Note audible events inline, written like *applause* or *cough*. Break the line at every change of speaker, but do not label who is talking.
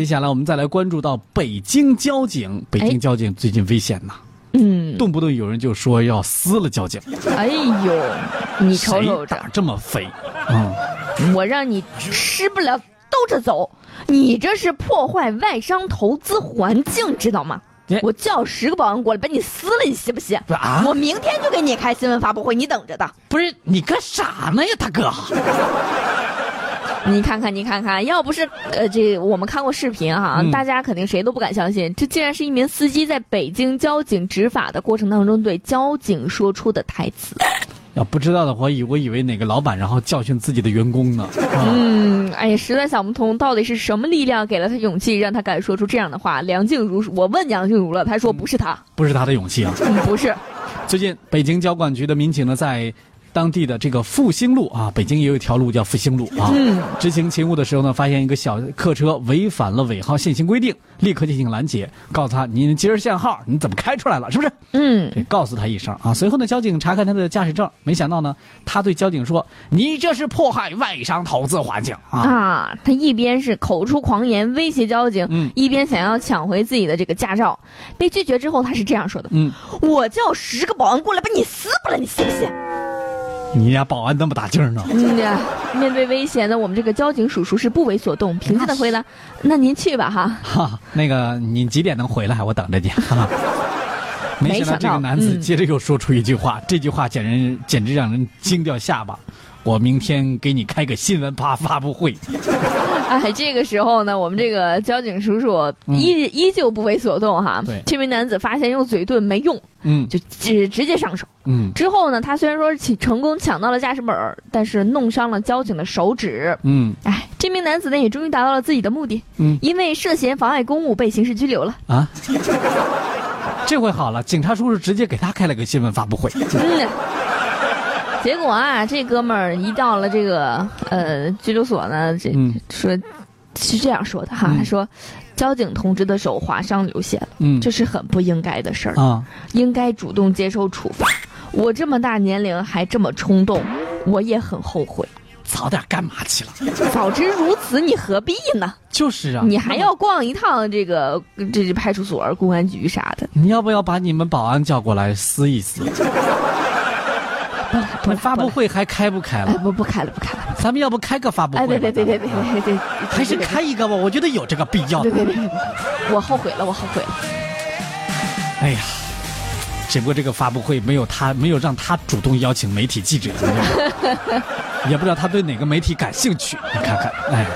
接下来我们再来关注到北京交警，北
哎
京交警最近危险呐，
嗯，
动不动有人就说要撕了交警，
哎呦，你瞅瞅
谁
这，
打这么肥？嗯，
我让你吃不了兜着走，你这是破坏外商投资环境，知道吗
哎？
我叫十个保安过来把你撕了，你信不信？
不是啊
我明天就给你开新闻发布会，你等着的。
不是你干啥呢呀，大哥？
你看看，你看看，要不是呃，这我们看过视频哈、
嗯
大家肯定谁都不敢相信，这竟然是一名司机在北京交警执法的过程当中对交警说出的台词。
要不知道的话，我以我以为哪个老板然后教训自己的员工呢？啊
嗯，哎呀，实在想不通，到底是什么力量给了他勇气，让他敢说出这样的话？梁静茹，我问梁静茹了，她说不是他，
不是他的勇气啊。
嗯不是。
最近，北京交管局的民警呢，在当地的这个复兴路啊，北京也有一条路叫复兴路啊。执行勤务的时候呢，发现一个小客车违反了尾号限行规定，立刻进行拦截，告诉他你今儿限号，你怎么开出来了？是不是？
嗯，
对告诉他一声啊。随后呢，交警查看他的驾驶证，没想到呢，他对交警说：“你这是迫害外商投资环境啊！”
啊，他一边是口出狂言威胁交警，
嗯
一边想要抢回自己的这个驾照，被拒绝之后，他是这样说的：
嗯，
我叫十个保安过来把你撕巴了，你信不信？
你家保安那么大劲儿呢？
嗯呀，面对威胁呢，我们这个交警叔叔是不为所动，平静的回答：“那您去吧，哈。”
哈、那个你几点能回来？我等着你。哈哈没想到这个男
没想
子
到嗯
接着又说出一句话，这句话简直简直让人惊掉下巴。我明天给你开个新闻发发布会，
哎，这个时候呢，我们这个交警叔叔依、依旧不为所动哈
嗯对。
这名男子发现用嘴遁没用，
嗯
就直直接上手。
嗯
之后呢，他虽然说起成功抢到了驾驶本儿，但是弄伤了交警的手指。
嗯
哎，这名男子呢也终于达到了自己的目的，
嗯
因为涉嫌妨碍公务被刑事拘留了。
啊， *laughs* 这回好了，警察叔叔直接给他开了个新闻发布会。
嗯。结果啊，这哥们儿一到了这个呃拘留所呢，这、
嗯
说是这样说的哈，
嗯
他说，交警同志的手划伤流血了。
嗯
这是很不应该的事儿，
啊，
应该主动接受处罚。我这么大年龄还这么冲动，我也很后悔。
早点干嘛去了？
早知如此，你何必呢？
就是啊，
你还要逛一趟这个这这派出所、公安局啥的。
你要不要把你们保安叫过来撕一撕？
不
你发布会还开不开
*laughs* 哎，
了？
不不开了，不开了。
咱们要不开个发布会
哎，
吧？
别别别别
咱
别
们
别别，
还是开一个吧，我觉得有这个必要
别。别别别，我后悔了，我后悔了。
哎呀，只不过这个发布会没有他，没有让他主动邀请媒体记者，也不知道他对哪个媒体感兴趣。你看看，哎，